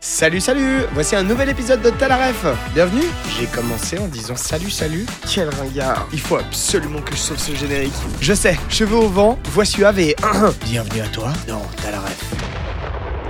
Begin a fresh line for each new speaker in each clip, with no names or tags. Salut, salut Voici un nouvel épisode de Talaref
Bienvenue
J'ai commencé en disant salut, salut.
Quel ringard
Il faut absolument que je sauve ce générique. Je sais, cheveux au vent, voix suave et... Bienvenue à toi Non, Talaref.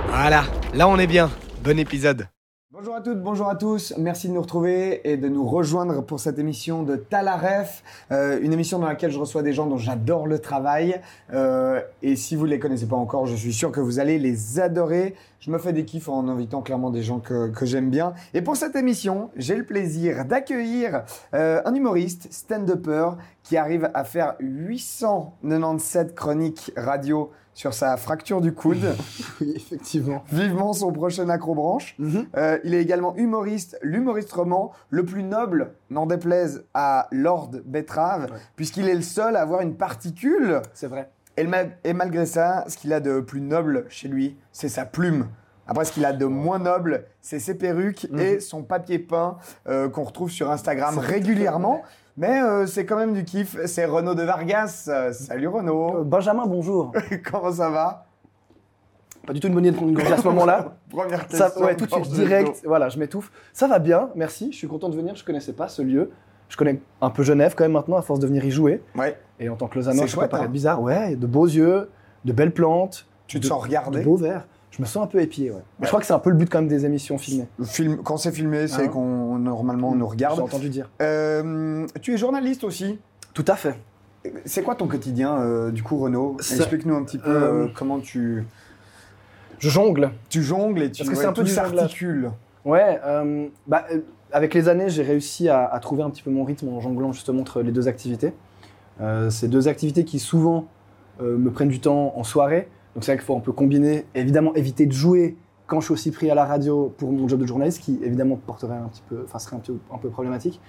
Voilà, là on est bien. Bon épisode.
Bonjour à toutes, bonjour à tous, merci de nous retrouver et de nous rejoindre pour cette émission de Talaref, euh, une émission dans laquelle je reçois des gens dont j'adore le travail euh, et si vous ne les connaissez pas encore, je suis sûr que vous allez les adorer. Je me fais des kiffs en invitant clairement des gens que, que j'aime bien. Et pour cette émission, j'ai le plaisir d'accueillir euh, un humoriste, stand-upper, qui arrive à faire 897 chroniques radio sur sa fracture du coude.
Oui, effectivement.
Vivement son prochain acrobranche.
Mhm.
Euh, il est également humoriste, l'humoriste roman, le plus noble, n'en déplaise à Lord Betrave,
Ouais.
puisqu'il est le seul à avoir une particule.
C'est vrai.
Et, le ma- et malgré ça, ce qu'il a de plus noble chez lui, c'est sa plume. Après, ce qu'il a de moins noble, c'est ses perruques
Mhm.
et son papier peint euh, qu'on retrouve sur Instagram régulièrement. Mais euh, c'est quand même du kiff. C'est Renaud de Vargas. Euh, salut Renaud.
Benjamin, bonjour.
Comment ça va
Pas du tout une bonne idée de prendre une gorgée à ce moment-là.
Première question.
Ça, ouais, tout de suite,
gorge d'eau.
direct. Voilà, je m'étouffe. Ça va bien, merci. Je suis content de venir. Je connaissais pas ce lieu. Je connais un peu Genève quand même maintenant, à force de venir y jouer.
Ouais.
Et en tant que
C'est
Lausannois, je peux
chouette,
pas paraître
hein.
bizarre. Ouais, de beaux yeux, de belles plantes,
Tu te
de-
sens
de
regarder.
beaux verres. Je me sens un peu épié, ouais. Je crois que c'est un peu le but quand même des émissions filmées.
Film- quand c'est filmé, c'est
Hein
qu'on normalement on nous
J'ai
regarde.
entendu dire.
Euh, tu es journaliste aussi.
Tout à fait.
C'est quoi ton quotidien euh, du coup, Renaud
Ça-
Explique-nous un petit peu
euh,
euh, comment tu
Je jongle.
tu jongles et tu
Parce que c'est un peu
tout
du jonglage.
s'articule.
Ouais, euh, bah, euh, avec les années, j'ai réussi à, à trouver un petit peu mon rythme en jonglant justement entre les deux activités. Euh, c'est deux activités qui souvent euh, me prennent du temps en soirée. Donc c'est vrai qu'il faut un peu combiner, évidemment éviter de jouer quand je suis aussi pris à la radio pour mon job de journaliste, qui évidemment porterait un petit peu, enfin serait un peu, un peu problématique.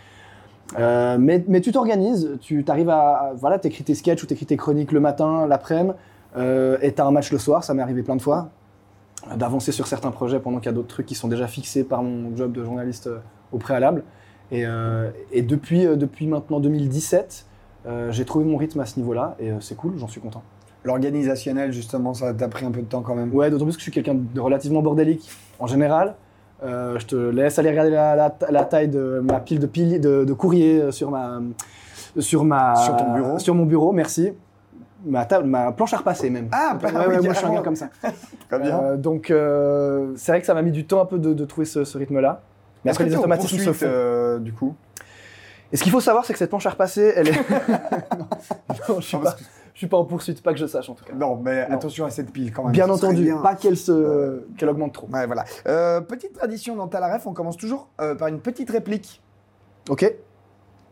Euh, mais, mais tu t'organises, tu t'arrives à, à- voilà, t'écris tes sketchs ou t'écris tes chroniques le matin, l'après-midi, euh, et t'as un match le soir, ça m'est arrivé plein de fois, euh, d'avancer sur certains projets pendant qu'il y a d'autres trucs qui sont déjà fixés par mon job de journaliste euh, au préalable. Et, euh, et depuis, euh, depuis maintenant 2017, euh, j'ai trouvé mon rythme à ce niveau-là, et euh, c'est cool, j'en suis content.
L'organisationnel justement, ça t'a pris un peu de temps quand même.
Ouais, d'autant plus que je suis quelqu'un de relativement bordélique en général. Euh, je te laisse aller regarder la, la- la taille de ma pile de, pili- de, de courrier euh, sur ma, sur ma
Sur ton bureau.
sur mon bureau, merci. Ma table, ma planche à repasser même.
Ah, bah
Ouais, ouais,
oui,
moi je suis un
carrément.
gars comme ça.
Très bien.
Euh, donc euh, c'est vrai que ça m'a mis du temps un peu de, de trouver ce, ce rythme-là. Mais
Est-ce que
après les
t'es euh aux
automatismes se
poursuites,
font.
euh, du coup
Et ce qu'il faut savoir, c'est que cette planche à repasser, elle est. non, non, je suis
Non,
pas,
parce que-
je suis pas en poursuite, pas que je sache en tout cas.
Non, mais
Non.
attention à cette pile quand même.
Bien
ce serait
entendu,
bien.
pas qu'elle se,
Euh,
qu'elle augmente trop.
Ouais, voilà. Euh, petite tradition dans Talaref, on commence toujours euh, par une petite réplique.
Ok.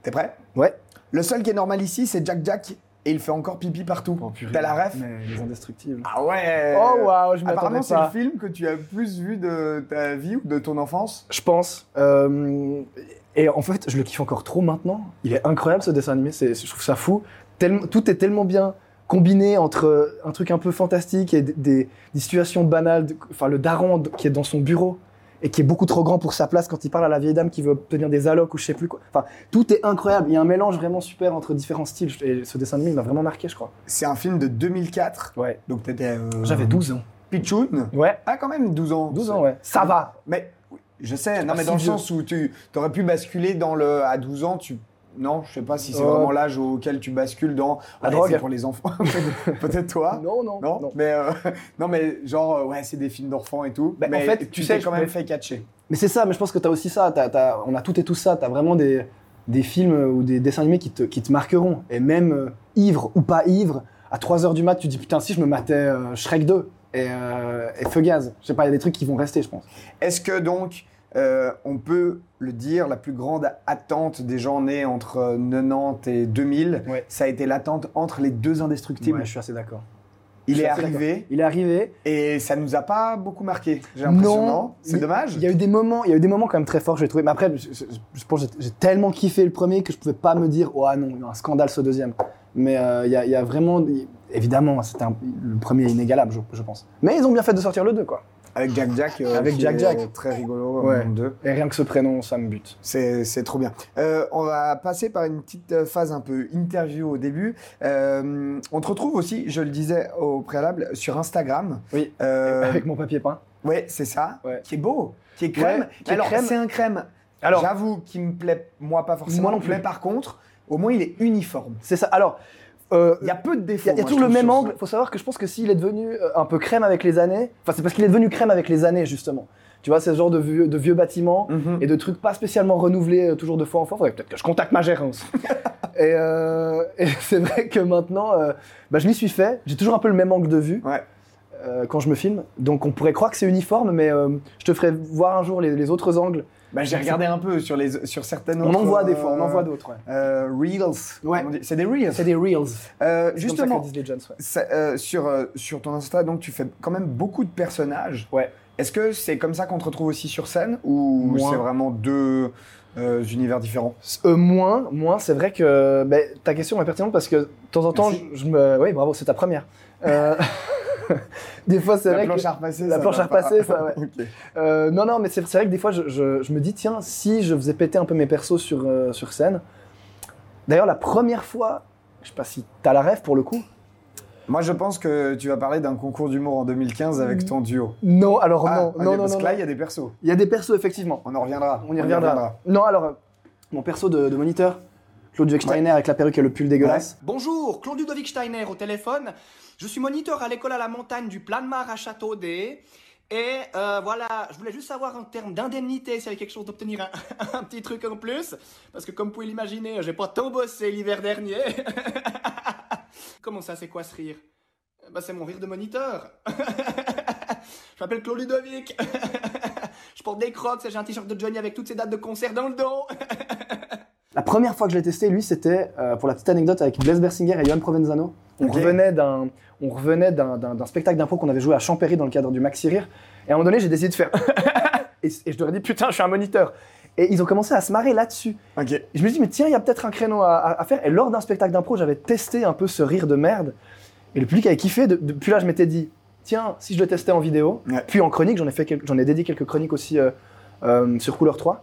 T'es prêt
Ouais.
Le seul qui est normal ici, c'est Jack Jack et il fait encore pipi partout. T'as la ref
Oh, Mais les indestructibles.
Ah ouais
Oh waouh, je m'attendais
Apparemment, c'est le
pas.
film que tu as le plus vu de ta vie ou de ton enfance.
Je pense. euh, et en fait, je le kiffe encore trop maintenant. Il est incroyable ce dessin animé. C'est, je trouve ça fou. Tellement- tout est tellement bien combiné entre un truc un peu fantastique et des, des- des situations banales. de- Enfin, le daron d- qui est dans son bureau et qui est beaucoup trop grand pour sa place quand il parle à la vieille dame qui veut obtenir des allocs ou je sais plus quoi. Enfin, tout est incroyable. Il y a un mélange vraiment super entre différents styles. Et ce dessin animé, il m'a vraiment marqué, je crois.
C'est un film de 2004.
Ouais.
Donc, t'étais. euh,
J'avais 12 ans.
Pichoun
Ouais.
Ah, quand même, 12 ans.
12 ans, ouais. Ça va.
Mais oui, je sais, non,
pas
mais
si
dans le
vieux.
sens où tu aurais pu basculer dans le. À 12 ans, tu. Non, je sais pas si c'est
Euh.
vraiment l'âge auquel tu bascules dans.
La
Ouais,
drogue.
c'est pour les enfants. Peut-être toi.
Non, non,
Non,
non.
mais euh, non, mais genre euh, ouais, c'est des films d'enfants et tout.
Bah, en
mais
fait,
tu
tu
sais
sais,
quand
je
même
pouvais-
fait catcher.
Mais c'est ça, mais je pense que tu as aussi ça. t'as- t'as- on a tout et tout ça. Tu as vraiment des, des films ou des dessins animés qui te, qui te marqueront. Et même euh, ivre ou pas ivre, à 3h du mat, tu te dis putain, si je me matais euh, Shrek 2 et, euh, et Feu Gaz. Je sais pas, il y a des trucs qui vont rester, je pense.
Est-ce que donc euh, on peut le dire, la plus grande attente des gens nés entre euh, 90 et 2000,
Ouais.
ça a été l'attente entre les deux indestructibles.
suis assez d'accord.
Il
je
est
suis assez
arrivé
Il est arrivé.
et ça nous a pas beaucoup marqué. J'ai l'impression.
Non,
non C'est
mais
dommage.
Il y a eu des moments, il y a eu des moments quand même très forts, j'ai trouvé. Mais après, je, je- je pense que j'ai- j'ai tellement kiffé le premier que je pouvais pas me dire, oh ah non, il y a un scandale ce deuxième. Mais euh, il y, a- il y a vraiment, il- évidemment, c'était un- le premier est inégalable, je, je pense. Mais ils ont bien fait de sortir le 2, quoi.
Avec Jack Jack. euh,
Ah, Avec
qui
Jack
est
Jack.
Très rigolo.
Ouais.
en deux.
Et rien que ce prénom, ça me bute.
C'est c'est trop bien. Euh, on va passer par une petite euh, phase un peu interview au début. Euh, on te retrouve aussi, je le disais au préalable, sur Instagram.
Oui.
Euh,
Avec mon papier peint.
Ouais, c'est ça.
Ouais.
Qui est beau, qui est crème.
Ouais, qui est
Alors,
crème.
c'est un crème.
Alors-
j'avoue qu'il me plaît, moi, pas forcément.
Moi non plus.
Mais par contre, au moins, il est uniforme.
C'est ça. Alors, euh,
Il y a peu de
Il y
défauts.
a, il y a
moi,
toujours
je
le
trouve,
même
sur
angle. Il faut savoir que je pense que s'il est devenu euh, un peu crème avec les années, enfin c'est parce qu'il est devenu crème avec les années justement. Tu vois, c'est ce genre de vieux, de vieux bâtiments
ça. Mhm.
et de trucs pas spécialement renouvelés euh, toujours de fois en fois. Faudrait peut-être que je contacte ma gérance. et euh, et c'est vrai que maintenant, euh, bah, je m'y suis fait. J'ai toujours un peu le même angle de vue
Ouais.
euh, quand je me filme. Donc on pourrait croire que c'est uniforme, mais euh, je te ferai voir un jour les, les autres angles.
Bah, j'ai regardé un peu sur, les, sur certaines
On
autres,
en voit des fois, on en
euh,
voit d'autres. ouais.
euh, reels.
Ouais.
Comment on dit C'est des reels.
C'est des reels.
Euh,
C'est comme ça que
justement,
disent les jeunes, ouais.
ça, euh, sur, euh, sur ton Insta, donc tu fais quand même beaucoup de personnages.
Ouais.
Est-ce que c'est comme ça qu'on te retrouve aussi sur scène ou
Moins.
c'est vraiment deux euh, univers différents
Euh, moins, moins. C'est vrai que ben, ta question est pertinente parce que de temps en temps, je,
Merci.
je me. Oui, bravo, c'est ta première. Euh, des fois, c'est
La
vrai
planche
que.
à repasser.
La
ça
planche
va
à repasser,
pas.
ça, ouais.
Ok.
Euh, non, non, mais c'est c'est vrai que des fois, je, je- je me dis, tiens, si je faisais péter un peu mes persos sur, euh, sur scène. D'ailleurs, la première fois, je sais pas si t'as la rêve pour le coup.
Moi, je pense que tu vas parler d'un concours d'humour en 2015 avec ton duo.
Mm. Oh Non, alors
Ah,
non,
ok,
non, non,
Parce
non,
que là,
non.
il y a des persos.
Il y a des persos, effectivement.
On en reviendra.
On y reviendra. Non, alors, euh, mon perso de, de moniteur, Claude Wecksteiner avec la perruque et le pull dégueulasse.
Bonjour, Claude Ludovic Steiner au téléphone. Je suis moniteur à l'école à la montagne du Planemar à Châteaudet. Et euh, voilà, je voulais juste savoir en termes d'indemnité s'il y avait quelque chose d'obtenir un, un petit truc en plus. Parce que comme vous pouvez l'imaginer, j'ai pas tant bossé l'hiver dernier. Comment ça, c'est quoi ce rire Bah c'est mon rire de moniteur. je m'appelle Claude Ludovic. je porte des crocs et j'ai un t-shirt de Johnny avec toutes ces dates de concert dans le dos.
La première fois que je l'ai testé, lui, c'était, euh, pour la petite anecdote, avec Blaise Bersinger et Johan Provenzano. On
Ok.
revenait d'un, on revenait d'un, d'un- d'un spectacle d'impro qu'on avait joué à Champéry dans le cadre du Maxi Rire. Et à un moment donné, j'ai décidé de faire. et, et je leur ai dit, putain, je suis un moniteur. Et ils ont commencé à se marrer là-dessus.
Ok.
Et je me suis dit, mais tiens, il y a peut-être un créneau à, à- à faire. Et lors d'un spectacle d'impro, j'avais testé un peu ce rire de merde. Et le public avait kiffé. De- depuis là, je m'étais dit, tiens, si je le testais en vidéo,
Ouais.
puis en chronique, j'en ai, fait quel- j'en ai dédié quelques chroniques aussi euh, euh, sur Couleur 3.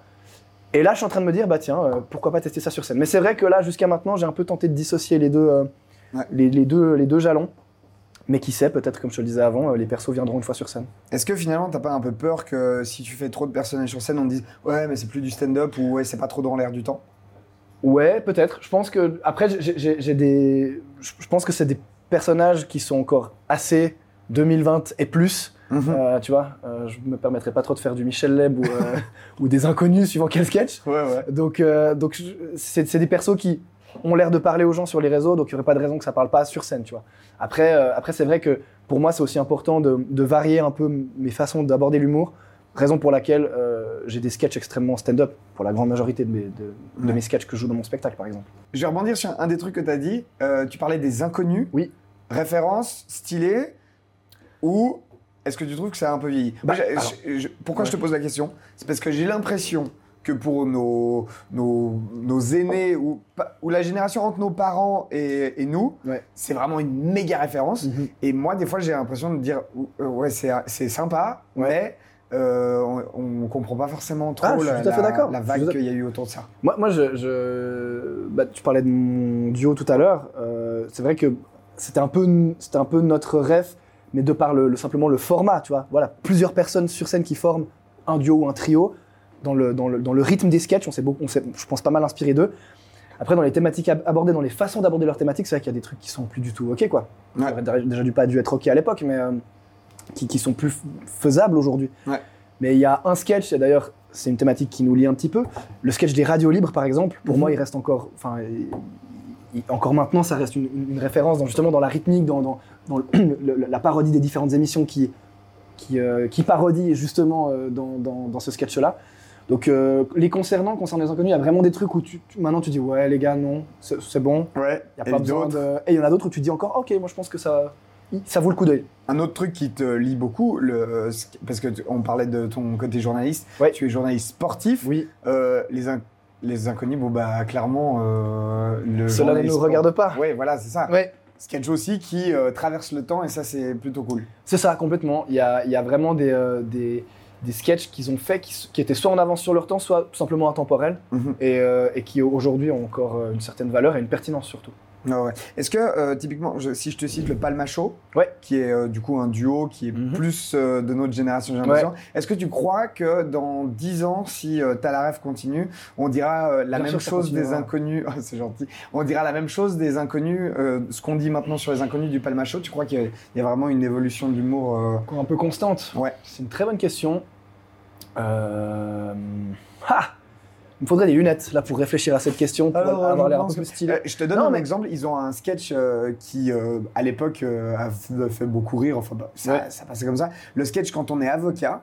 Et là, je suis en train de me dire, bah tiens, euh, pourquoi pas tester ça sur scène. Mais c'est vrai que là, jusqu'à maintenant, j'ai un peu tenté de dissocier les deux, euh,
Ouais.
les, les deux, les deux jalons. Mais qui sait, peut-être, comme je te le disais avant, euh, les persos viendront une fois sur scène.
Est-ce que finalement, t'as pas un peu peur que si tu fais trop de personnages sur scène, on te dise ouais, mais c'est plus du stand-up ou ouais, c'est pas trop dans l'air du temps
Ouais, peut-être. Je pense que après, j'ai- j'ai j'ai des. Je je pense que c'est des personnages qui sont encore assez 2020 et plus. Euh, tu vois, euh, je me permettrai pas trop de faire du Michel Leb ou, euh, ou des inconnus suivant quel sketch.
Ouais, ouais.
Donc, euh, donc je- c'est c'est des persos qui ont l'air de parler aux gens sur les réseaux, donc il n'y aurait pas de raison que ça parle pas sur scène, tu vois. Après, euh, après c'est vrai que pour moi, c'est aussi important de, de varier un peu m- mes façons d'aborder l'humour, raison pour laquelle euh, j'ai des sketchs extrêmement stand-up, pour la grande majorité de mes, de, de
Ouais.
mes sketchs que je joue dans mon spectacle, par exemple.
Je vais rebondir sur un des trucs que t'as dit. Euh, tu parlais des inconnus.
Oui.
Référence, stylé ou est-ce que tu trouves que ça a un peu vieilli
Bah,
Moi, j'ai-
alors.
je- je- Pourquoi
Ouais.
je te pose la question C'est parce que j'ai l'impression que pour nos, nos, nos aînés ou, pas- ou la génération entre nos parents et, et nous,
Ouais. Mm.
c'est vraiment une méga référence. Et moi, des fois, j'ai l'impression de dire euh, ouais, c'est c'est sympa, mais euh, on, on comprend pas forcément trop
Ah, je suis
la,
tout à fait
la-
d'accord.
la
Je
vague
suis-
qu'il y a eu autour de ça.
Moi, moi je, je- bah, tu parlais de mon duo tout à l'heure. euh, c'est vrai que c'était un peu, c'était un peu notre rêve, mais de par le, le- simplement le format, tu vois. Voilà, plusieurs personnes sur scène qui forment un duo ou un trio. Dans le, dans le, dans le rythme des sketchs, on s'est beaucoup, on s'est, je pense, pas mal inspiré d'eux. Après, dans les thématiques ab- abordées, dans les façons d'aborder leurs thématiques, c'est vrai qu'il y a des trucs qui sont plus du tout OK, quoi.
Ouais.
Ça aurait déjà- déjà dû pas dû être OK à l'époque, mais euh, qui, qui sont plus f- faisables aujourd'hui.
Ouais.
Mais il y a un sketch, et d'ailleurs, c'est une thématique qui nous lie un petit peu, le sketch des radios libres, par exemple, pour moi, il reste encore. Enfin, il- il- encore maintenant, ça reste une, une- une référence dans, justement dans la rythmique, dans, dans- dans le- le- la parodie des différentes émissions qui, qui, euh, qui parodie justement euh, dans, dans- dans ce sketch-là. Donc, euh, les concernant, concernant les inconnus, il y a vraiment des trucs où tu, tu- maintenant tu dis ouais, les gars, non, c'est c'est bon,
Ouais.
il y a
Et
pas besoin
d'autres-
de- Et il y en a d'autres où tu dis encore ok, moi je pense que ça, ça vaut le coup d'œil.
Un autre truc qui te lie beaucoup, le, parce que tu- on parlait de ton côté journaliste,
Ouais.
tu es journaliste sportif.
Oui,
Euh, les, in- les inconnus, bon bah clairement, euh, le
cela ne
journaliste
nous regarde pas.
sport- Ouais, voilà, c'est ça.
Ouais.
Sketch aussi qui euh, traverse le temps et ça c'est plutôt cool.
C'est ça, complètement. Il y a, il y a vraiment des, euh, des, des sketchs qu'ils ont faits qui, s- qui étaient soit en avance sur leur temps, soit tout simplement intemporels,
Mhm.
et, euh, et qui aujourd'hui ont encore euh, une certaine valeur et une pertinence surtout.
Ah ouais. Est-ce que, euh, typiquement, je- si je te cite le Palmacho,
Ouais.
qui est euh, du coup un duo qui est
Mhm.
plus euh, de notre génération, j'ai l'impression, est-ce que tu crois que dans 10 ans, si euh, Talaref continue, on dira euh, la
Bien
même
sûr que ça
chose des
continuera.
inconnus, Ah, c'est gentil, on dira la même chose des inconnus, euh, ce qu'on dit maintenant sur les inconnus du Palmacho, tu crois qu'il y, a- il y a vraiment une évolution de l'humour euh,
Encore un peu constante
Ouais.
C'est une très bonne question. Euh... Ha Il me faudrait des lunettes, là, pour réfléchir à cette question, pour
Alors,
avoir
Euh, je
l'air un
pense
peu
que-
stylé.
Euh, je te donne
Non,
un
mais-
exemple. Ils ont un sketch euh, qui, euh, à l'époque, euh, a f- a fait beaucoup rire. Enfin, bah, ça,
Ouais.
ça passait comme ça. Le sketch quand on est avocat.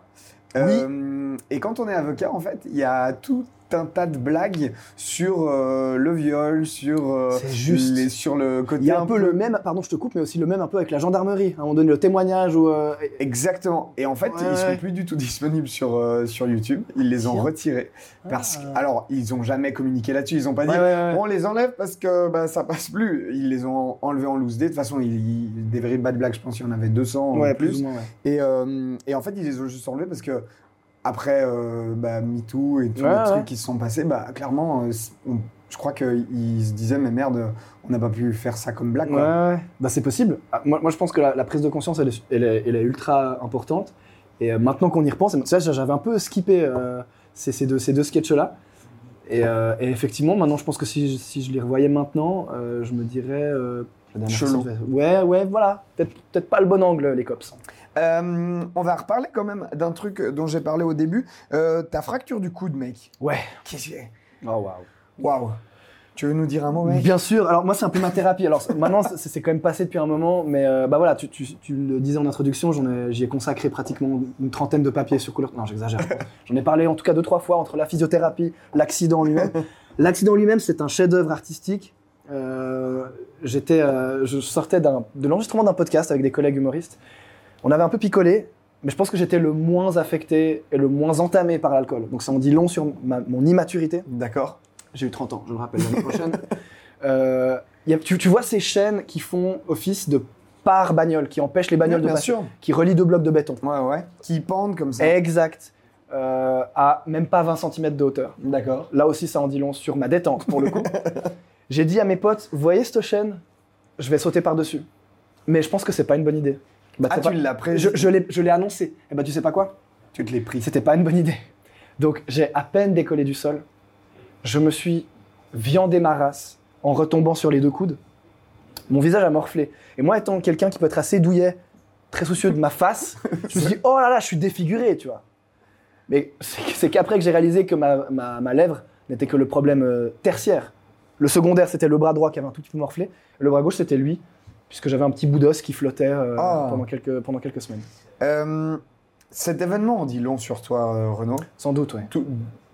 Euh, Et quand on est avocat, en fait, il y a tout un tas de blagues sur euh, le viol, sur euh,
C'est juste.
les- sur le côté
Il y a un peu le même, pardon, je te coupe, mais aussi le même un peu avec la gendarmerie. À un moment donné, le témoignage ou. euh,
Exactement. Et en fait,
Ouais,
ils sont
ouais.
plus du tout disponibles sur euh, sur YouTube. Ils les ont
Tiens.
retirés parce que
Ah.
alors ils ont jamais communiqué là-dessus. Ils ont pas dit
Ouais, ouais, ouais.
On les enlève parce que bah, ça passe plus. Ils les ont enlevés en loose day. De toute façon, ils, ils- des vrais bad blagues, je pense qu'il y en avait 200
Ouais,
en plus.
plus ou moins, ouais.
Et, euh, et en fait, ils les ont juste enlevés parce que après euh, bah, MeToo et tous
Ouais,
les
ouais.
trucs qui se sont passés, bah, clairement, euh, c- on- je crois qu'ils se disaient, mais merde, on n'a pas pu faire ça comme blague. quoi.
Ouais, ouais. Bah, c'est possible. Ah, Moi, moi, je pense que la, la prise de conscience, elle est, elle est- elle est ultra importante. Et euh, maintenant qu'on y repense, et ça, j'avais un peu skippé euh, ces, ces deux, ces deux sketchs-là. Et, euh, et effectivement, maintenant, je pense que si, je- si je les revoyais maintenant, euh, je me dirais. euh, la dernière
Chelou.
fois, Ouais, ouais, voilà. Peut-être peut pas le bon angle, les cops.
Euh, on va reparler quand même d'un truc dont j'ai parlé au début. Euh, ta fracture du coude, mec.
Ouais.
Qu'est-ce que-
Oh, waouh.
Waouh. Tu veux nous dire un mot, mec
Bien sûr. Alors moi, c'est un peu ma thérapie. Alors c'est- maintenant, c'est c'est quand même passé depuis un moment, mais euh, bah voilà, tu, tu- tu le disais en introduction, j'en ai- j'y ai, consacré pratiquement une trentaine de papiers sur couleur. Non, j'exagère. J'en ai parlé en tout cas deux trois fois entre la physiothérapie, l'accident lui-même. L'accident lui-même, c'est un chef-d'œuvre artistique. Euh, J'étais, euh, je sortais d'un- de l'enregistrement d'un podcast avec des collègues humoristes. On avait un peu picolé. Mais je pense que j'étais le moins affecté et le moins entamé par l'alcool. Donc ça en dit long sur ma- mon immaturité.
D'accord.
J'ai eu 30 ans, je le rappelle, l'année prochaine. Euh, y a- tu, tu vois ces chaînes qui font office de pare bagnole, qui empêchent les bagnoles de
Bien
passer,
sûr.
qui relient deux blocs de béton.
Ouais, ouais. Qui pendent comme
Eh,
ça.
Exact. Euh, à même pas 20 cm de hauteur.
D'accord.
Là aussi, ça en dit long sur ma détente, pour le coup. J'ai dit à mes potes, vous voyez cette chaîne Je vais sauter par-dessus. Mais je pense que c'est pas une bonne idée. Bah,
Ah,
t'as pas-
tu l'as pris.
Je, je l'ai- je l'ai annoncé. Et bah, tu sais pas quoi
Tu te l'es pris.
C'était pas une bonne idée. Donc j'ai à peine décollé du sol. Je me suis viandé ma race en retombant sur les deux coudes. Mon visage a morflé. Et moi, étant quelqu'un qui peut être assez douillet, très soucieux de ma face, je me suis dit, oh là là, je suis défiguré, tu vois. Mais c'est c'est qu'après que j'ai réalisé que ma, ma- ma lèvre n'était que le problème euh, tertiaire. Le secondaire, c'était le bras droit qui avait un tout petit peu morflé. Et le bras gauche, c'était lui, puisque j'avais un petit bout d'os qui flottait euh,
Ah.
pendant, quelques, pendant quelques semaines.
Euh, cet événement en dit long sur toi, euh, Renaud.
Sans doute, ouais.
Tout-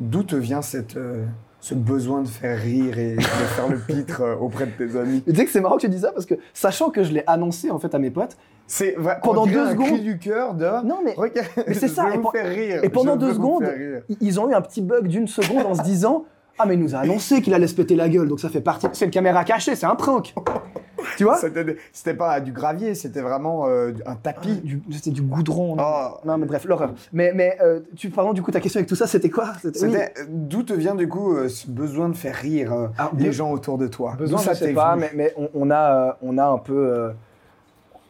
D'où te vient cette, euh, ce besoin de faire rire et de faire le pitre euh, auprès de tes amis
Mais Tu sais que c'est marrant que tu dis ça parce que sachant que je l'ai annoncé en fait à mes potes.
C'est vrai,
Pendant
on dirait
deux
un
secondes-
cri du cœur de.
Non mais
Regarde,
Mais c'est ça,
Je veux
et
vous
pen-
faire rire.
et pendant
je
deux
veux vous
secondes,
faire rire.
i- ils ont eu un petit bug d'une seconde en se disant ah mais il nous a annoncé qu'il allait se péter la gueule donc ça fait partie. C'est une caméra cachée, c'est un prank. tu vois
C'était- C'était pas du gravier, c'était vraiment euh, un tapis.
Du- C'était du goudron. Non,
Oh.
Non, mais bref l'horreur. Mais mais euh, tu pardon du coup ta question avec tout ça c'était quoi oui.
C'était- D'où te vient du coup euh, ce besoin de faire rire euh,
Alors,
les
be-
gens autour de toi
Besoin,
D'où ça
je sais
t'est
pas,
venu
mais, mais on, on a, euh, on a un peu. euh,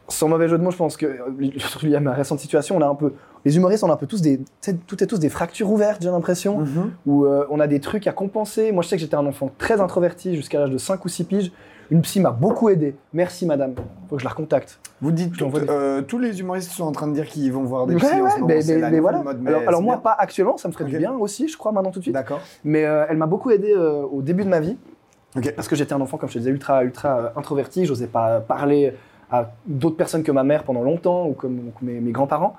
sans mauvais jeu de mots, je pense que, euh, surtout lié à ma récente situation, on a un peu. Les humoristes, on a un peu tous des. tu sais, Toutes et tous des fractures ouvertes, j'ai l'impression,
Mhm.
où euh, on a des trucs à compenser. Moi, je sais que j'étais un enfant très introverti jusqu'à l'âge de 5 ou 6 piges. Une psy m'a beaucoup aidé. Merci, madame. Faut que je la recontacte.
Vous dites
Je l'envoie
toutes- euh, tous les humoristes sont en train de dire qu'ils vont voir des
Ouais,
psys en
ouais,
ce moment,
mais,
c'est
mais-
la
mais
nouvelle
voilà.
mode, mais
alors,
c'est
alors moi,
bien.
pas actuellement, ça me ferait
Ok.
du bien aussi, je crois, maintenant tout de suite.
D'accord.
Mais euh, elle m'a beaucoup aidé euh, au début de ma vie.
Ok.
Parce que j'étais un enfant, comme je te disais, ultra, ultra euh, introverti. J'osais pas parler à d'autres personnes que ma mère pendant longtemps ou comme que mes, mes grands-parents.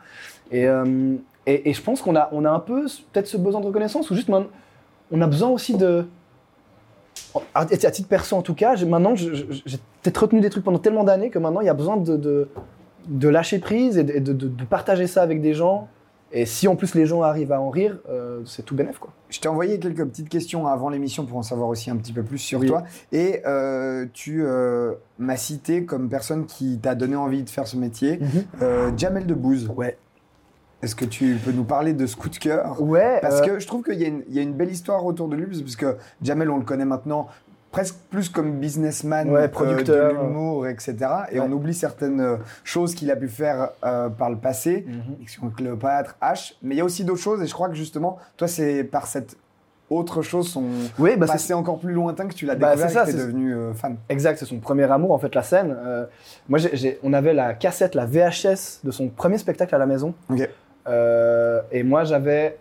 Et, euh, et, et je pense qu'on a, on a un peu ce- peut-être ce besoin de reconnaissance ou juste man- on a besoin aussi de. À, à titre perso en tout cas, j'ai- maintenant je- je- j'ai peut-être retenu des trucs pendant tellement d'années que maintenant il y a besoin de, de, de lâcher prise et de, de- de- de partager ça avec des gens. Et si en plus les gens arrivent à en rire, euh, c'est tout bénef quoi.
Je t'ai envoyé quelques petites questions avant l'émission pour en savoir aussi un petit peu plus sur
Oui.
toi. Et euh, tu euh, m'as cité comme personne qui t'a donné envie de faire ce métier, euh, Jamel Debbouze.
Ouais.
Est-ce que tu peux nous parler de ce coup de cœur
Ouais,
Parce
euh,
que je trouve qu'il y, a une- il y a une belle histoire autour de lui, parce que Jamel, on le connaît maintenant presque plus comme businessman,
Ouais,
euh,
producteur.
de l'humour, etc. Et
Ouais.
on oublie certaines euh, choses qu'il a pu faire euh, par le passé. Mission Cléopâtre, H. Mais il y a aussi d'autres choses, et je crois que justement, toi, c'est par cette autre chose, son
Oui, bah, c'est
passé encore plus lointain que tu l'as
Bah,
découvert
c'est ça,
et que t'es
c'est-
devenu euh, fan.
Exact, c'est son premier amour, en fait, la scène. Euh, moi, j'ai- j'ai- on avait la cassette, la VHS de son premier spectacle à la maison.
Ok.
Euh, et moi, j'avais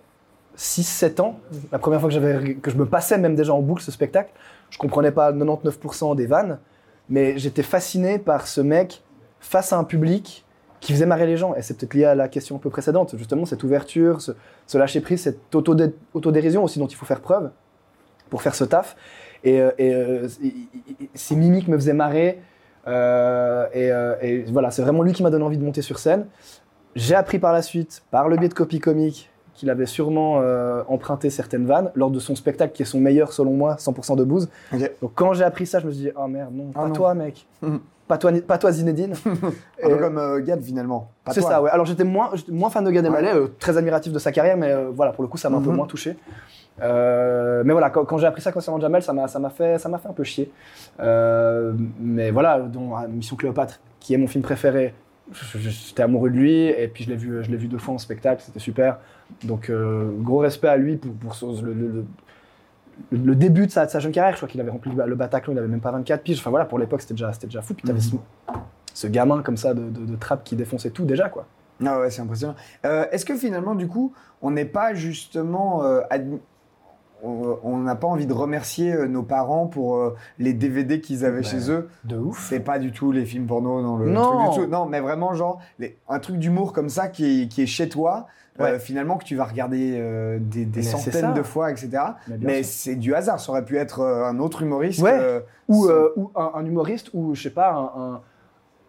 6-7 ans. La première fois que, j'avais- que je me passais même déjà en boucle ce spectacle, je comprenais pas 99% des vannes, mais j'étais fasciné par ce mec face à un public qui faisait marrer les gens. Et c'est peut-être lié à la question un peu précédente, justement, cette ouverture, ce, ce lâcher-prise, cette autodé- autodérision aussi dont il faut faire preuve pour faire ce taf. Et, euh, et, euh, il- il- il- ses mimiques me faisaient marrer. Euh, et, euh, et voilà, c'est vraiment lui qui m'a donné envie de monter sur scène. J'ai appris par la suite, par le biais de copies comiques, qu'il avait sûrement euh, emprunté certaines vannes lors de son spectacle qui est son meilleur selon moi, 100% de bouse.
Ok.
Donc quand j'ai appris ça, je me suis dit, oh merde, non,
Ah
pas
non.
toi mec,
Mhm.
pas toi, pas toi Zinedine.
Un peu
Et-
comme euh, Gad, finalement. Pas
c'est
toi.
ça, ouais. Alors j'étais moins, j'étais moins fan de Gad Elmaleh,
Ouais.
euh, très admiratif de sa carrière, mais euh, voilà, pour le coup, ça m'a un peu
Mhm.
moins touché. Euh, mais voilà, quand, quand j'ai appris ça concernant Jamel, ça m'a, ça m'a fait, ça m'a fait un peu chier. Euh, mais voilà, dans euh, Mission Cléopâtre, qui est mon film préféré, je- je- j'étais amoureux de lui et puis je l'ai vu, je l'ai vu deux fois en spectacle, c'était super. Donc euh, gros respect à lui pour, pour son- le, le- le- le début de sa, de sa jeune carrière. Je crois qu'il avait rempli le Bataclan, il avait même pas 24 piges. Enfin voilà, pour l'époque c'était déjà, c'était déjà fou. Puis t'avais ce, ce gamin comme ça de, de, de trappe qui défonçait tout déjà quoi.
Ah ouais, c'est impressionnant. Euh, Est-ce que finalement, du coup, on n'est pas justement. euh, admi- on euh, on n'a pas envie de remercier euh, nos parents pour euh, les DVD qu'ils avaient
Ben,
chez eux.
De ouf.
C'est pas du tout les films porno dans le
Non.
truc du tout. Non, mais vraiment, genre, les- un truc d'humour comme ça qui est, qui est chez toi,
Ouais.
euh, finalement, que tu vas regarder euh, des, des
Mais c'est ça.
centaines de fois, etc.
Mais bien
Mais
sûr.
c'est du hasard. Ça aurait pu être euh, un autre humoriste.
Ouais.
euh,
ou,
c'est-
euh, ou un, un humoriste ou je sais pas un, un-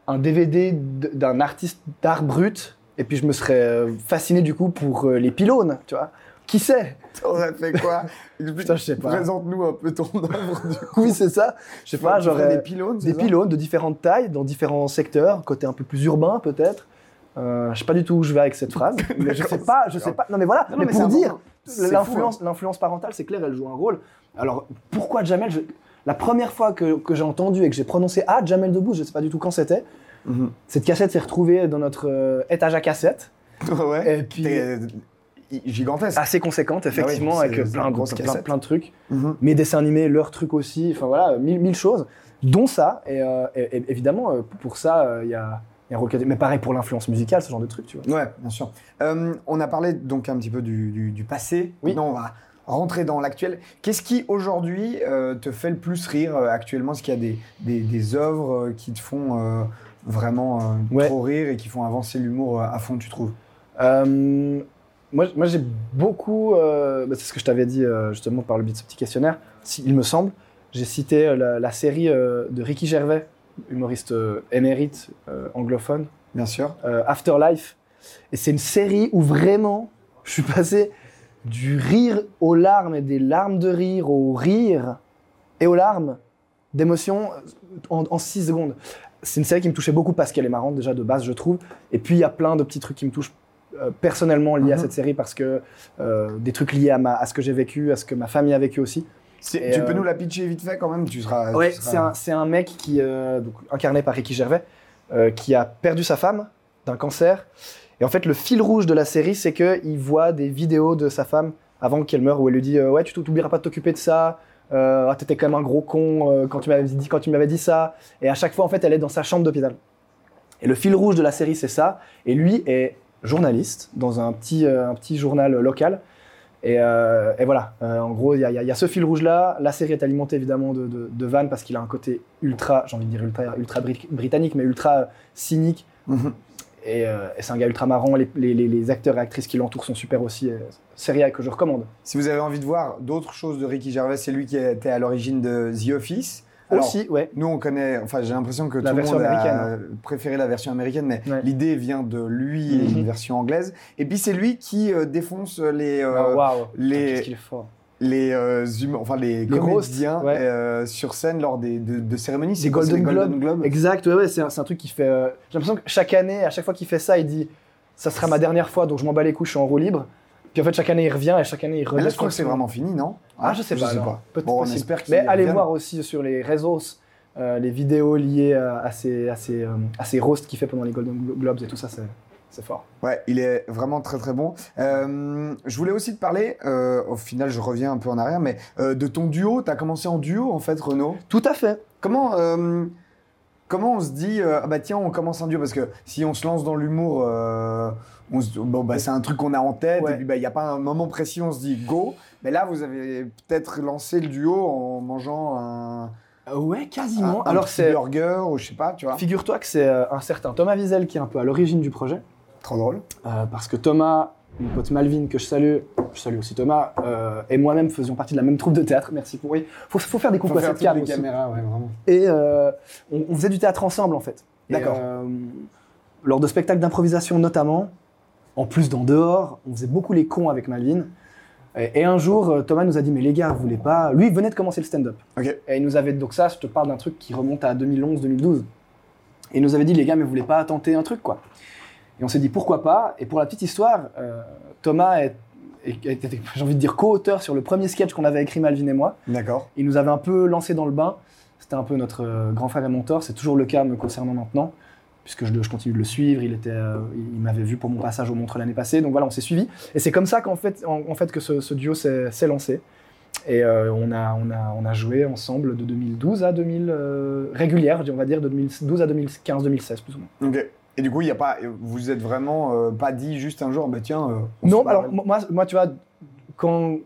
un DVD d- d'un artiste d'art brut. Et puis je me serais euh, fasciné du coup pour euh, les pylônes, tu vois. Qui sait
T'aurais fait quoi
Putain, je sais pas.
Présente-nous un peu ton œuvre. du coup.
Oui, c'est ça. Je sais pas,
Tu ferais
j'aurais
des pylônes.
des
c'est ça
pylônes de différentes tailles, dans différents secteurs, côté un peu plus urbain peut-être. Euh, je sais pas du tout où je vais avec cette phrase, mais je sais
D'accord,
pas, je sais pas. Non mais voilà,
Non,
mais
mais
pour
c'est
dire,
important. C'est hein.
l'influence, l'influence parentale, c'est clair, elle joue un rôle. Alors pourquoi Jamel je- La première fois que, que j'ai entendu et que j'ai prononcé ah Jamel Debbouze, je sais pas du tout quand c'était.
fou, hein.
Cette cassette s'est retrouvée dans notre euh, étage à cassette,
ouais.
et puis Ah.
T'es euh, gigantesque.
assez conséquente effectivement,
c'est-
avec
c'est
plein
une
de,
grosse
plein-
cassette.
plein de trucs.
Mhm.
mes dessins animés, leurs trucs aussi, enfin voilà, euh, mille, mille choses, dont ça. Et, euh, et- et évidemment, euh, pour ça, euh, il y a, il y a un rôle qui- Mais pareil pour l'influence musicale, ce genre de truc, tu vois.
Ouais, bien sûr. Euh, on a parlé donc un petit peu du, du- du passé.
Oui.
Maintenant, on va rentrer dans l'actuel. Qu'est-ce qui aujourd'hui euh, te fait le plus rire euh, actuellement Est-ce qu'il y a des, des, des œuvres euh, qui te font euh, vraiment euh,
Ouais.
trop rire et qui font avancer l'humour euh, à fond, tu trouves
Euh, moi, moi, j'ai beaucoup. euh, bah, c'est ce que je t'avais dit euh, justement par le biais de ce petit questionnaire, si- il me semble. J'ai cité euh, la, la série euh, de Ricky Gervais, humoriste euh, émérite euh, anglophone,
Bien sûr.
euh, Afterlife. Et c'est une série où vraiment, je suis passé du rire aux larmes et des larmes de rire au rire et aux larmes d'émotion euh, en 6 secondes. C'est une série qui me touchait beaucoup parce qu'elle est marrante déjà de base, je trouve. Et puis il y a plein de petits trucs qui me touchent euh, personnellement liés à
Mhm.
cette série parce que euh, des trucs liés à, ma, à ce que j'ai vécu, à ce que ma famille a vécu aussi.
C'est-
Et,
tu
euh,
peux nous la pitcher vite fait quand même tu seras, tu
Ouais,
seras-
c'est un, c'est un mec qui, euh, donc, incarné par Ricky Gervais, euh, qui a perdu sa femme d'un cancer. Et en fait, le fil rouge de la série, c'est qu'il voit des vidéos de sa femme avant qu'elle meure, où elle lui dit euh, Ouais, tu t'oublieras pas de t'occuper de ça. Euh, ah, t'étais quand même un gros con euh, quand tu m'avais dit, quand tu m'avais dit ça. Et à chaque fois, en fait, elle est dans sa chambre d'hôpital. Et le fil rouge de la série, c'est ça. Et lui est journaliste dans un petit, euh, un petit journal local. Et, euh, et voilà, Euh, en gros, il y, a- il y a- il y a ce fil rouge-là. La série est alimentée évidemment de, de, de vannes parce qu'il a un côté ultra, j'ai envie de dire ultra, ultra bri- britannique, mais ultra euh, cynique.
Mhm.
Et, euh, et c'est un gars ultra marrant. Les, les- les- les acteurs et actrices qui l'entourent sont super aussi. Euh, série que je recommande.
Si vous avez envie de voir d'autres choses de Ricky Gervais, c'est lui qui était à l'origine de The Office. Alors,
aussi, ouais.
Nous, on connaît, enfin, j'ai l'impression que
La
tout le
version
monde a
américaine, hein.
préféré la version américaine, mais
Ouais.
l'idée vient de lui et
Mhm.
une version anglaise. Et puis, c'est lui qui euh, défonce les, euh,
Ah, Waouh, Putain,
les-
qu'est-ce qu'il est fort.
les, euh, hum- enfin, les,
Les roasts,
comédiens
ouais.
euh, sur scène lors des, de, de cérémonies.
Des
C'est quoi, c'est
Golden
les Golden Globes.
Exact, ouais, ouais, c'est un, c'est un truc qui fait. euh, j'ai l'impression que chaque année, à chaque fois qu'il fait ça, il dit Ça sera ma dernière fois, donc je m'en bats les couilles, je suis en roue libre. Puis en fait, chaque année, il revient et chaque année, il
Mais
revient.
là, je crois que c'est vraiment fini, non
Ah, je sais pas. alors. Peut-être
Bon, on
possible.
espère qu'il
Mais allez
revienne.
voir aussi sur les réseaux euh, les vidéos liées à, à ces, à ces, euh, à ces roasts qu'il fait pendant les Golden Glo- Globes et tout ça, c'est c'est fort.
Ouais, il est vraiment très très bon. Euh, je voulais aussi te parler, euh, au final je reviens un peu en arrière, mais euh, de ton duo, t'as commencé en duo en fait, Renaud.
Tout à fait.
Comment, euh, comment on se dit, euh, ah bah tiens, on commence un duo Parce que si on se lance dans l'humour, euh, on se- bon, bah, c'est un truc qu'on a en tête,
Ouais.
et puis bah, il n'y a pas un moment précis, on se dit go. Mais là, vous avez peut-être lancé le duo en mangeant un,
Euh, ouais,
un,
quasiment.
Alors,
Ah, Alors, c'est.
burger ou je sais pas, tu vois.
Figure-toi que c'est euh, un certain Thomas Wiesel qui est un peu à l'origine du projet.
Trop drôle.
Euh, parce que Thomas, mon pote Malvin, que je salue, je salue aussi Thomas, euh, et moi-même faisions partie de la même troupe de théâtre. Merci pour. Oui, faut, faut faire des
Faut
coups à
faire
cette
toutes
cam
les
aussi.
caméras, ouais, vraiment.
Et euh, on, on faisait du théâtre ensemble, en fait. Et,
D'accord.
euh, lors de spectacles d'improvisation, notamment, en plus d'en dehors, on faisait beaucoup les cons avec Malvin. Et, et un jour, euh, Thomas nous a dit Mais les gars, vous voulez pas. Lui, il venait de commencer le stand-up.
Ok.
Et il nous avait. Donc, ça, je te parle d'un truc qui remonte à 2011-2012. Et il nous avait dit Les gars, mais vous voulez pas tenter un truc, quoi. Et on s'est dit Pourquoi pas Et pour la petite histoire, euh, Thomas est- est- était, j'ai envie de dire, co-auteur sur le premier sketch qu'on avait écrit Malvin et moi.
D'accord.
Il nous avait un peu lancé dans le bain. C'était un peu notre euh, grand frère et mentor. C'est toujours le cas me concernant maintenant, puisque je, le- je continue de le suivre. Il, était, euh, il il m'avait vu pour mon passage au Montre l'année passée. Donc voilà, on s'est suivis. Et c'est comme ça qu'en fait, en, en fait que ce, ce duo s'est s'est lancé. Et euh, on, a, on, a, on a joué ensemble de 2012 à 2000 euh, régulière, on va dire de 2012 à 2015, 2016 plus ou moins.
Ok. Et du coup, il y a pas, vous êtes vraiment euh, pas dit juste un jour, bah tiens. euh, on
Non,
se
alors
parle.
moi, moi- moi, tu vois, quand,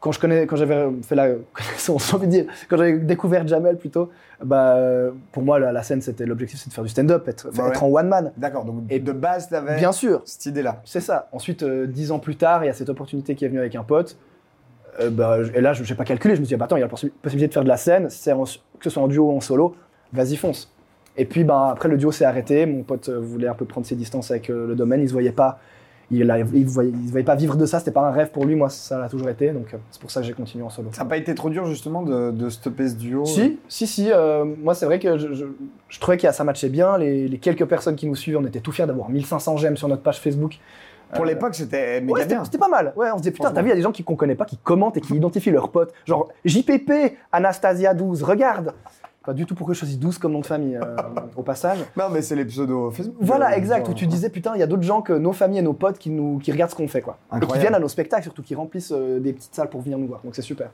quand je connais, quand j'avais fait la connaissance, j'ai envie de dire, quand j'avais découvert Jamel plutôt, bah, euh, pour moi, la, la scène, c'était l'objectif, c'est de faire du stand-up, être,
Bah
être en one man.
D'accord. Donc
Et-
de base, t'avais
Bien sûr,
cette idée-là.
c'est ça. Ensuite, euh, dix ans plus tard, il y a cette opportunité qui est venue avec un pote. Euh, bah, et là, je n'ai pas calculé. Je me suis dit, bah, attends, il y a la possi- possibilité de faire de la scène, c'est en- que ce soit en duo ou en solo, vas-y, fonce. Et puis, bah, après, le duo s'est arrêté. Mon pote euh, voulait un peu prendre ses distances avec euh, le domaine. Il ne se voyait pas. Il ne voyait pas vivre de ça, c'était pas un rêve pour lui, moi ça l'a toujours été, donc euh, c'est pour ça que j'ai continué en solo.
Ça n'a pas été trop dur justement de, de stopper ce duo.
Si, si, si. euh, moi, c'est vrai que je, je- je trouvais que ça matchait bien. Les, les quelques personnes qui nous suivaient, on était tout fiers d'avoir 1500 j'aime sur notre page Facebook.
Pour
Euh,
l'époque, c'était méga
Ouais, c'était
bien.
c'était pas mal. Ouais, on se disait, putain,
Franchement.
t'as vu, il y a des gens qui- qu'on connaît pas, qui commentent et qui identifient leurs potes. Genre, JPP, Anastasia12, regarde. Pas du tout pour que je choisisse 12 comme nom de famille, euh, au passage.
Non, mais c'est les pseudos Facebook.
Voilà,
Euh,
exact,
genre,
où tu disais, putain, il y a d'autres gens que nos familles et nos potes qui, nous, qui regardent ce qu'on fait, quoi. Et qui
Incroyable.
viennent à nos spectacles, surtout qui remplissent euh, des petites salles pour venir nous voir. Donc c'est super.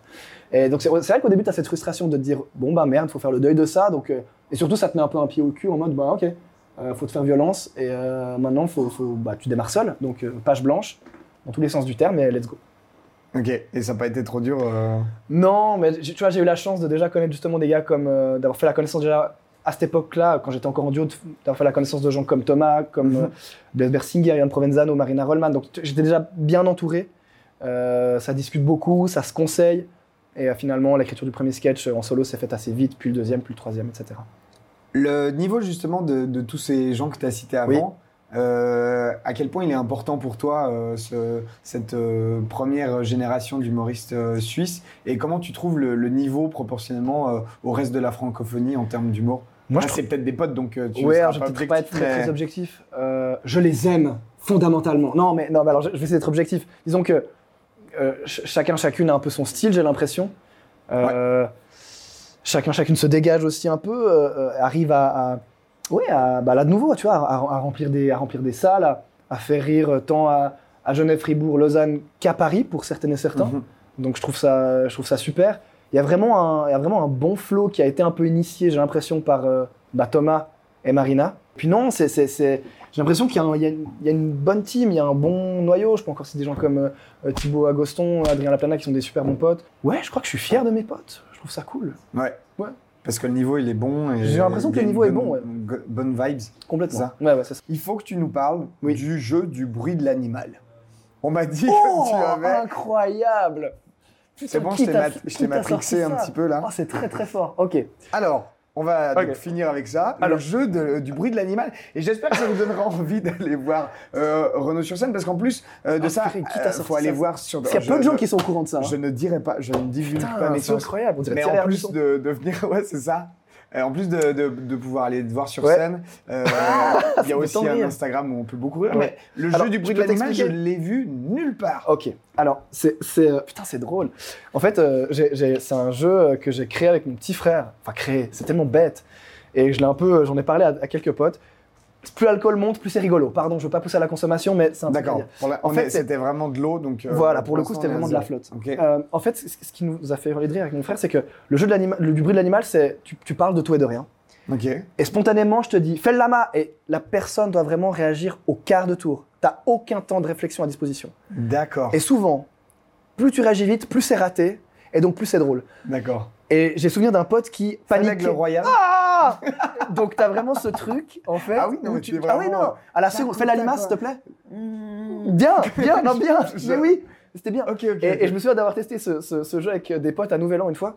Et donc c'est c'est vrai qu'au début, tu as cette frustration de te dire, bon bah merde, faut faire le deuil de ça. Donc, euh, et surtout, ça te met un peu un pied au cul en mode, bah ok, euh, faut te faire violence. Et euh, maintenant, faut, faut- bah, tu démarres seul. Donc euh, page blanche, dans tous les sens du terme, et let's go.
Ok. Et ça n'a pas été trop dur. euh,
Non, mais j'ai- tu vois, j'ai eu la chance de déjà connaître justement des gars comme. euh, d'avoir fait la connaissance déjà à cette époque-là, quand j'étais encore en duo, de- d'avoir fait la connaissance de gens comme Thomas, comme euh, Blaise Bersinger, Yann Provenzano, Marina Rollman. Donc tu- j'étais déjà bien entouré. Euh, ça discute beaucoup, ça se conseille. Et euh, finalement, l'écriture du premier sketch euh, en solo s'est faite assez vite, puis le deuxième, puis le troisième, etc.
Le niveau justement de, de tous ces gens que tu as cités avant, euh, à quel point il est important pour toi euh, ce- cette euh, première génération d'humoristes euh, suisses et comment tu trouves le, le niveau proportionnellement euh, au reste de la francophonie en termes d'humour
Moi,
Ah, c'est peut-être des potes donc euh, tu
ouais,
seras
alors je vais
pas
peut-être pas être
objectif,
très,
mais-
très objectif. Euh, je les aime fondamentalement. Non, mais non, mais alors je, je vais essayer d'être objectif. Disons que euh, ch- chacun, chacune a un peu son style, j'ai l'impression. Euh, Chacun, chacune se dégage aussi un peu, euh, euh, arrive à, à- ouais, à, bah, là de nouveau, tu vois, à, à remplir des, à remplir des salles, à, à faire rire euh, tant à, à Genève, Fribourg, Lausanne qu'à Paris pour certaines et certains.
Mhm.
Donc je trouve ça, je trouve ça super. Il y a vraiment un, il y a vraiment un bon flow qui a été un peu initié, j'ai l'impression, par euh, bah, Thomas et Marina. Puis non, c'est, c'est, c'est- j'ai l'impression qu'il y a, un- il y a une- il y a une bonne team, il y a un bon noyau. Je peux encore citer des gens comme euh, euh, Thibaut Agoston, Adrien Laplana qui sont des super bons potes. Ouais, je crois que je suis fier de mes potes. Je trouve ça cool.
Ouais.
Ouais.
Parce que le niveau il est bon. et-
J'ai l'impression que le
il y a
niveau
une
est bon, ouais.
bonne- go- Bonne vibes.
Complètement.
Ça.
Ouais, ouais, c'est ça.
Il faut que tu nous parles
Oui.
du jeu du bruit de l'animal. On m'a dit que
Oh,
tu avais.
incroyable Putain,
C'est bon,
qui
je t'ai
t'a-
mat-
qui
je t'ai
t'a
matrixé
sorti
un
ça
petit peu hein. là.
Oh, c'est très très fort. Ok.
Alors, on va donc
Ok.
finir avec ça, le
Alors.
jeu de- du bruit de l'animal. Et j'espère que ça vous donnera envie d'aller voir euh, Renaud sur scène, parce qu'en plus euh, de
Ah,
ça,
purée, qui
il
t'a sorti
faut aller
ça
voir sur.
Parce qu'il y a
je
peu de gens
ne-
qui sont au courant de ça. hein.
Je ne dirais pas, je ne divulgue pas
Putain,
mes
c'est
sources.
incroyable. On dirait
Mais
Thierry
en plus
Ardisson.
de, de venir, ouais, c'est ça. Euh, en plus de, de- de pouvoir aller te voir sur
Ouais.
scène, euh, il y
me
a aussi
tend
un
rire.
Instagram où on peut beaucoup rire.
Ouais.
Mais le
Alors,
jeu du
je
bruit de
peux
l'animal, je
t'expliquer
l'ai vu nulle part.
Ok. Alors, c'est. c'est, euh, Putain, c'est drôle. En fait, euh, j'ai- j'ai- c'est un jeu euh, que j'ai créé avec mon petit frère. Enfin, créé, c'est tellement bête. Et je l'ai un peu. euh, J'en ai parlé à, à quelques potes. Plus l'alcool monte, plus c'est rigolo. Pardon, je veux pas pousser à la consommation, mais c'est un truc à
D'accord.
dire.
Pour la- on
En fait,
est-
c'est-
c'était vraiment de l'eau, donc. euh,
voilà, pour le coup,
l'instant,
c'était
on est à
vraiment de
zéro.
la flotte.
Ok.
Euh, en fait, ce ce qui nous a fait hurler de rire avec mon frère, c'est que le jeu de l'anima- le- du bruit de l'animal, c'est tu, tu parles de tout et de rien.
Ok.
Et spontanément, je te dis, fais le lama Et la personne doit vraiment réagir au quart de tour. T'as aucun temps de réflexion à disposition.
D'accord.
Et souvent, plus tu réagis vite, plus c'est raté, et donc plus c'est drôle.
D'accord.
Et j'ai souvenir d'un pote qui panique.
L'aigle royal.
Ah Donc t'as vraiment ce truc, en fait.
Ah oui, non,
où
mais
tu...
t'es
Ah
vraiment-
oui, non, à la seconde,
Tac,
fais la
tac,
limace, s'il te
quoi.
plaît. Bien, bien, non, bien. Mais oui, c'était bien.
Mmh. Ok, ok.
Et, et
ok.
je me souviens d'avoir testé ce, ce- ce jeu avec euh, des potes à Nouvel An une fois.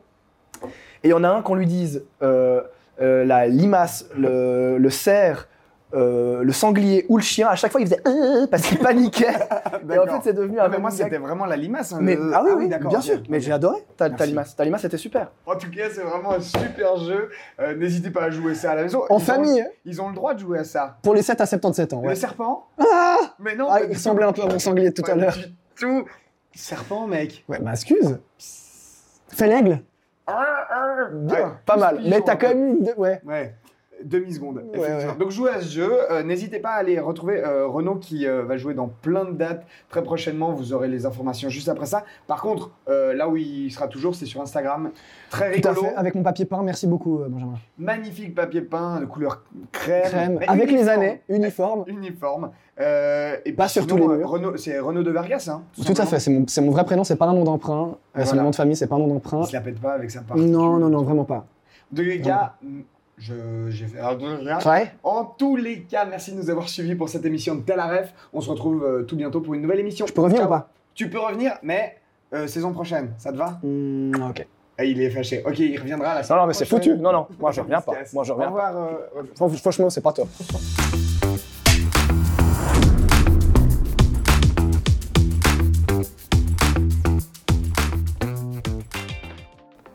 Et il y en a un qu'on lui dise euh, euh, la limace, le, le cerf, euh, le sanglier ou le chien. À chaque fois, il faisait Euh parce qu'il paniquait. et en
D'accord.
fait, c'est devenu un
Ah, mais moi,
running gag.
c'était vraiment la limace. hein,
Mais-
Euh,
le-
ah oui, oui,
d'accord,
bien
ok.
sûr. Mais j'ai adoré ta, ta
Merci.
limace. Ta limace, c'était super.
En tout cas, c'est vraiment un super jeu. Euh, N'hésitez pas à jouer ça à la maison.
En
Ils ont-
famille,
ils ont le droit de jouer à ça.
pour les 7 à 77 ans.
Le
Ouais.
serpent Mais non,
Ah,
pas
il
du
ressemblait un peu à mon sanglier tout
tout.
à
Pas
l'heure.
du tout. Serpent, mec.
Ouais, bah excuse. Fais l'aigle.
Ouais,
pas
tous
mal.
pigeons,
Mais t'as
un
quand
peu.
même eu. deux- Ouais.
Ouais. Demi-seconde.
Ouais,
effectivement.
ouais.
Donc jouez à ce jeu. Euh, N'hésitez pas à aller retrouver euh, Renaud qui euh, va jouer dans plein de dates très prochainement. Vous aurez les informations juste après ça. Par contre, euh, là où il sera toujours, c'est sur Instagram. Très
Tout à
rigolo.
fait. Avec mon papier peint, merci beaucoup, euh, Benjamin.
Magnifique papier peint de couleur crème.
Crème.
Mais
Avec les
uniforme.
années, uniforme.
Uniforme. Euh, et
Pas
puis
sur tous
sinon,
les
euh,
murs.
Renaud- C'est Renaud de Vargas, hein.
Tout à
simplement.
fait. C'est mon, c'est mon vrai prénom, c'est pas un nom d'emprunt. Euh, C'est
Voilà.
mon nom de famille, c'est pas un nom d'emprunt.
Il se la pète pas avec sa part.
Non, non, non, vraiment pas.
De les gars, je, j'ai fait. alors, de les gars,
Ouais.
En tous les cas, merci de nous avoir suivis pour cette émission de Talaref. On se retrouve euh, tout bientôt pour une nouvelle émission.
Je peux revenir
Ciao.
ou pas
Tu peux revenir, mais euh, saison prochaine, ça te va
Hmm, Ok.
Ah, Il est fâché. Ok, il reviendra la
Mmh, Non,
semaine
non, mais c'est
prochaine.
foutu. Non, non, moi je reviens pas.
Il se casse.
Moi je
Au
reviens pas.
revoir. euh, Renaud.
Fran- Franchement, c'est pas top.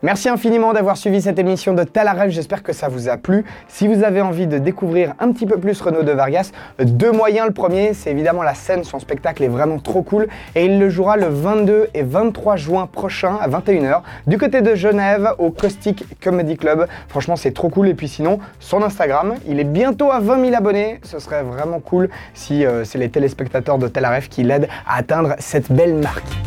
Merci infiniment d'avoir suivi cette émission de Talaref, j'espère que ça vous a plu. Si vous avez envie de découvrir un petit peu plus Renaud de Vargas, euh, deux moyens. Le premier, c'est évidemment la scène, son spectacle est vraiment trop cool et il le jouera le 22 et 23 juin prochain à 21h du côté de Genève au Caustic Comedy Club. Franchement, c'est trop cool et puis sinon, son Instagram, il est bientôt à 20 000 abonnés. Ce serait vraiment cool si euh, c'est les téléspectateurs de Talaref qui l'aident à atteindre cette belle marque.